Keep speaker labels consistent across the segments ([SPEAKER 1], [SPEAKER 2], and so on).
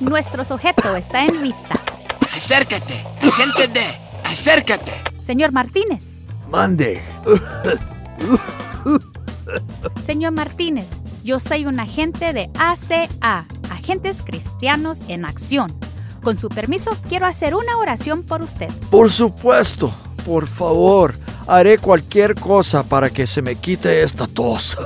[SPEAKER 1] Nuestro sujeto está en vista.
[SPEAKER 2] Acércate, gente de. Acércate.
[SPEAKER 1] Señor Martínez.
[SPEAKER 3] Mande.
[SPEAKER 1] Señor Martínez, yo soy un agente de ACA, Agentes Cristianos en Acción. Con su permiso, quiero hacer una oración por usted.
[SPEAKER 3] Por supuesto, por favor, haré cualquier cosa para que se me quite esta tos.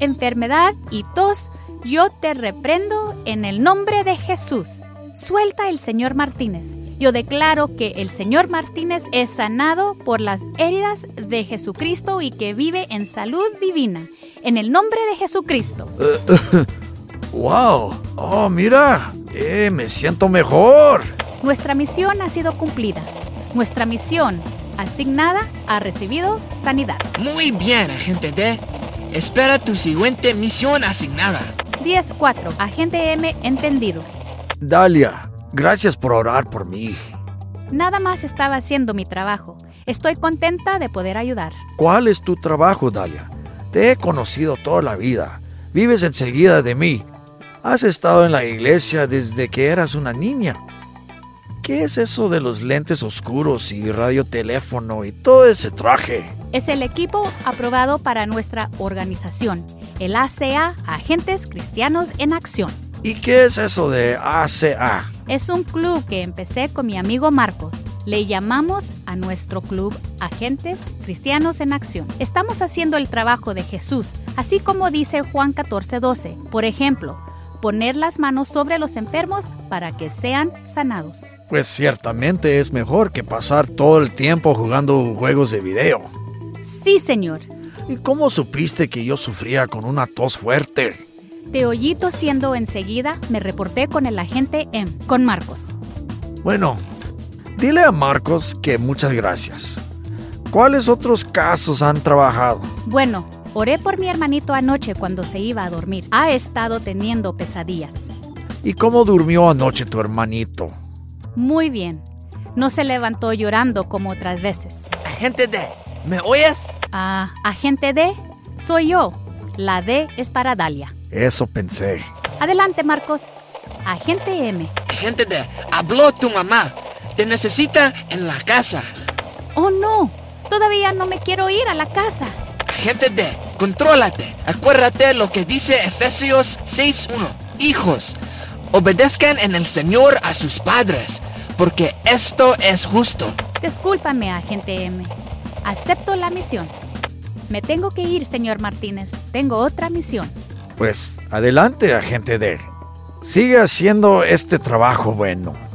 [SPEAKER 1] Enfermedad y tos, yo te reprendo en el nombre de Jesús. Suelta el señor Martínez. Yo declaro que el señor Martínez es sanado por las heridas de Jesucristo y que vive en salud divina. En el nombre de Jesucristo.
[SPEAKER 3] ¡Wow! ¡Oh, mira! ¡Eh, me siento mejor!
[SPEAKER 1] Nuestra misión ha sido cumplida. Nuestra misión asignada ha recibido sanidad.
[SPEAKER 2] Muy bien, agente D. Espera tu siguiente misión asignada.
[SPEAKER 1] 10-4. Agente M entendido.
[SPEAKER 3] Dalia, gracias por orar por mí.
[SPEAKER 1] Nada más estaba haciendo mi trabajo. Estoy contenta de poder ayudar.
[SPEAKER 3] ¿Cuál es tu trabajo, Dalia? Te he conocido toda la vida. Vives enseguida de mí. Has estado en la iglesia desde que eras una niña. ¿Qué es eso de los lentes oscuros y radioteléfono y todo ese traje?
[SPEAKER 1] Es el equipo aprobado para nuestra organización, el ACA, Agentes Cristianos en Acción.
[SPEAKER 3] ¿Y qué es eso de ACA?
[SPEAKER 1] Es un club que empecé con mi amigo Marcos. Le llamamos a nuestro club Agentes Cristianos en Acción. Estamos haciendo el trabajo de Jesús, así como dice Juan 14:12. Por ejemplo, poner las manos sobre los enfermos para que sean sanados.
[SPEAKER 3] Pues ciertamente es mejor que pasar todo el tiempo jugando juegos de video.
[SPEAKER 1] Sí, Señor.
[SPEAKER 3] ¿Y cómo supiste que yo sufría con una tos fuerte?
[SPEAKER 1] Te oí tosiendo enseguida, me reporté con el agente M, con Marcos.
[SPEAKER 3] Bueno, dile a Marcos que muchas gracias. ¿Cuáles otros casos han trabajado?
[SPEAKER 1] Bueno, oré por mi hermanito anoche cuando se iba a dormir. Ha estado teniendo pesadillas.
[SPEAKER 3] ¿Y cómo durmió anoche tu hermanito?
[SPEAKER 1] Muy bien. No se levantó llorando como otras veces.
[SPEAKER 2] Agente D, ¿me oyes?
[SPEAKER 1] Ah, agente D, soy yo. La D es para Dalia.
[SPEAKER 3] Eso pensé.
[SPEAKER 1] Adelante, Marcos. Agente M.
[SPEAKER 2] Agente D, habló tu mamá. Te necesita en la casa.
[SPEAKER 1] Oh, no. Todavía no me quiero ir a la casa.
[SPEAKER 2] Agente D, contrólate. Acuérdate lo que dice Efesios 6.1. Hijos, obedezcan en el Señor a sus padres, porque esto es justo.
[SPEAKER 1] Discúlpame, agente M. Acepto la misión. Me tengo que ir, señor Martínez. Tengo otra misión.
[SPEAKER 3] Pues adelante, agente D. Sigue haciendo este trabajo bueno.